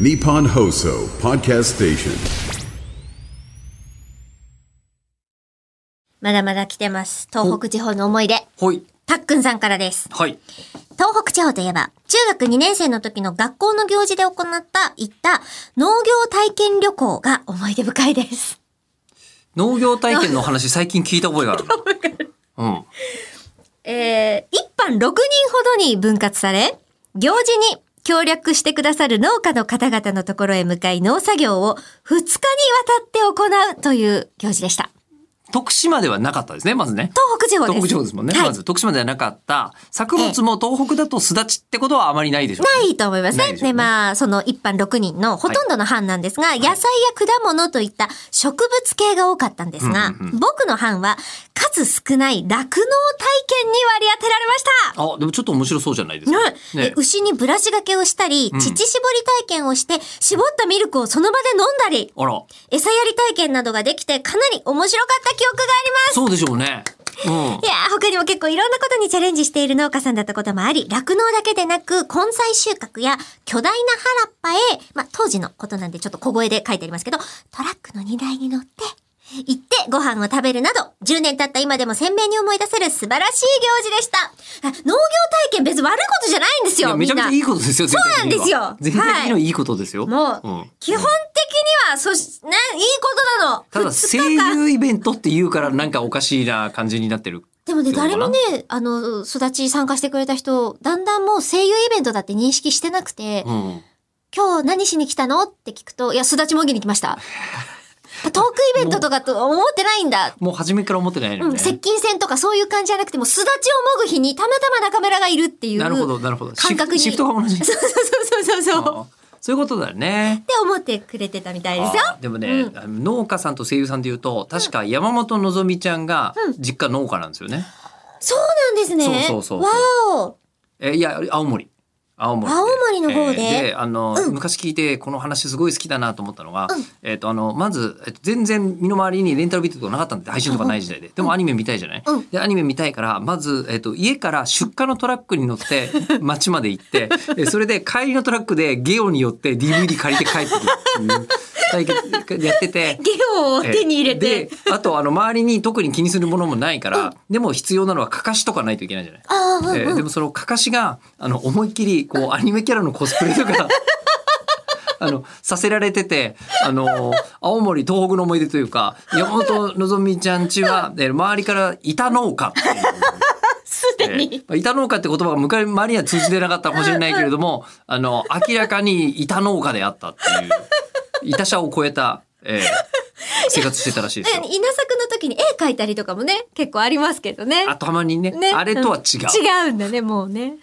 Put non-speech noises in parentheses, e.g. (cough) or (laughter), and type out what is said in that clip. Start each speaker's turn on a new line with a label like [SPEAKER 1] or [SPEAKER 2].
[SPEAKER 1] Nippon Hoso Podcast Station.
[SPEAKER 2] まだまだ来てます。東北地方の思い出。
[SPEAKER 3] ほい。
[SPEAKER 2] たっくんさんからです。
[SPEAKER 3] はい。
[SPEAKER 2] 東北地方といえば、中学2年生の時の学校の行事で行った、行った農業体験旅行が思い出深いです。
[SPEAKER 3] 農業体験の話、最近聞いた覚えがある。
[SPEAKER 2] (laughs)
[SPEAKER 3] うん。
[SPEAKER 2] えー、一般6人ほどに分割され、行事に協力してくださる農家の方々のところへ向かい農作業を2日にわたって行うという行事でした。
[SPEAKER 3] 徳島ではなかったですね、まずね。
[SPEAKER 2] 東北地方です。
[SPEAKER 3] 東北地方ですもんね、
[SPEAKER 2] はい、
[SPEAKER 3] まず。徳島ではなかった。作物も東北だとすだちってことはあまりないでしょう、ね。
[SPEAKER 2] ないと思います
[SPEAKER 3] な
[SPEAKER 2] ね。
[SPEAKER 3] い
[SPEAKER 2] で
[SPEAKER 3] でしょうね
[SPEAKER 2] まあ、その一般6人のほとんどの班なんですが、野菜や果物といった植物系が多かったんですが、僕の班は数少ない酪農体験に割り当てられました。
[SPEAKER 3] あ、でもちょっと面白そうじゃないです
[SPEAKER 2] はい
[SPEAKER 3] か。
[SPEAKER 2] で牛にブラシ掛けをしたり、乳搾り体験をして、絞ったミルクをその場で飲んだり、
[SPEAKER 3] あら、
[SPEAKER 2] 餌やり体験などができて、かなり面白かった記憶があります。
[SPEAKER 3] そうでしょうね。うん
[SPEAKER 2] い。やー他にも結構いろんなことにチャレンジしている農家さんだったこともあり、酪農だけでなく、根菜収穫や巨大な原っぱへ、まあ、当時のことなんでちょっと小声で書いてありますけど、トラックの荷台に乗って、行ってご飯を食べるなど、10年経った今でも鮮明に思い出せる素晴らしい行事でした。あ農業体験別に悪いことじゃないんです
[SPEAKER 3] い
[SPEAKER 2] よ、
[SPEAKER 3] やめ
[SPEAKER 2] み
[SPEAKER 3] ち
[SPEAKER 2] ん
[SPEAKER 3] ゃ
[SPEAKER 2] な
[SPEAKER 3] めちゃ。いいことですよ、全体的には
[SPEAKER 2] そうなんですよ
[SPEAKER 3] 全体的にはいいことですよ。
[SPEAKER 2] もう、
[SPEAKER 3] うん
[SPEAKER 2] 基本的には、そし、ね、いいことなの。
[SPEAKER 3] ただ、声優イベントって言うからなんかおかしいな感じになってる。
[SPEAKER 2] でもね、
[SPEAKER 3] ってこと
[SPEAKER 2] 誰
[SPEAKER 3] か
[SPEAKER 2] も
[SPEAKER 3] な
[SPEAKER 2] ね、あの、育ち参加してくれた人、だんだんもう声優イベントだって認識してなくて、
[SPEAKER 3] うん。
[SPEAKER 2] 今日何しに来たのって聞くと、いや、すだちもぎに来ま
[SPEAKER 3] (laughs)
[SPEAKER 2] した。トークイベントとかと思ってないんだ。
[SPEAKER 3] もう初めから思ってないの
[SPEAKER 2] う
[SPEAKER 3] よ
[SPEAKER 2] ん、
[SPEAKER 3] ね。
[SPEAKER 2] 接近戦とかそういう感じじゃなくても、すだちをもぐ日にたまたま中村がいるっていう。
[SPEAKER 3] なるほど、なるほど。
[SPEAKER 2] 感覚に
[SPEAKER 3] シフトシフトが同じ。
[SPEAKER 2] そうそうそうそうそう。っ
[SPEAKER 3] あそういうことだよね。
[SPEAKER 2] て思ってくれてたみたいですよ。
[SPEAKER 3] あでもね、あの農家さんと声優さんで言うと、確か山本のぞみちゃんが実家農家なんですよね。
[SPEAKER 2] そうなんですね。
[SPEAKER 3] そうそうそう
[SPEAKER 2] わお。
[SPEAKER 3] えいや青森。青森で
[SPEAKER 2] 青森の方で
[SPEAKER 3] えーあの、昔聞いてこの話すごい好きだなと思ったのが、えっ、とあのまず、えっと全然身の回りにレンタルビデオとかなかったんで配信とかない時代で、でもアニメ見たいじゃない、
[SPEAKER 2] うん
[SPEAKER 3] でアニメ見たいからまず、えっと家から出荷のトラックに乗って
[SPEAKER 2] (laughs)
[SPEAKER 3] 町まで行ってえそれで帰りのトラックでゲオによって DVD 借りて帰ってく
[SPEAKER 2] (laughs)
[SPEAKER 3] るっていう体験やってて。
[SPEAKER 2] ゲオを手に入れて。
[SPEAKER 3] であとあの周りに特に気にするものもないから、でも必要なのはかかしとかないといけないじゃない
[SPEAKER 2] ああ、うん
[SPEAKER 3] えーでもそのかかしがあの思いっきりこうアニメキャラのコスプレとか (laughs) あのさせられてて、あの青森東北の思い出というか山本のぞみちゃんちは、えー周りから板農家っていう。
[SPEAKER 2] すで
[SPEAKER 3] え
[SPEAKER 2] に。
[SPEAKER 3] ー板農家って言葉が昔周りには通じてなかったかもしれないけれどもあの明らかに板農家であったっていう板車を超えた、えー生活してたらしいですよ
[SPEAKER 2] え。稲作の時に絵描いたりとかもね、結構ありますけどね。
[SPEAKER 3] あとたまにね
[SPEAKER 2] ね
[SPEAKER 3] あれとは
[SPEAKER 2] 違うんだね、もうね。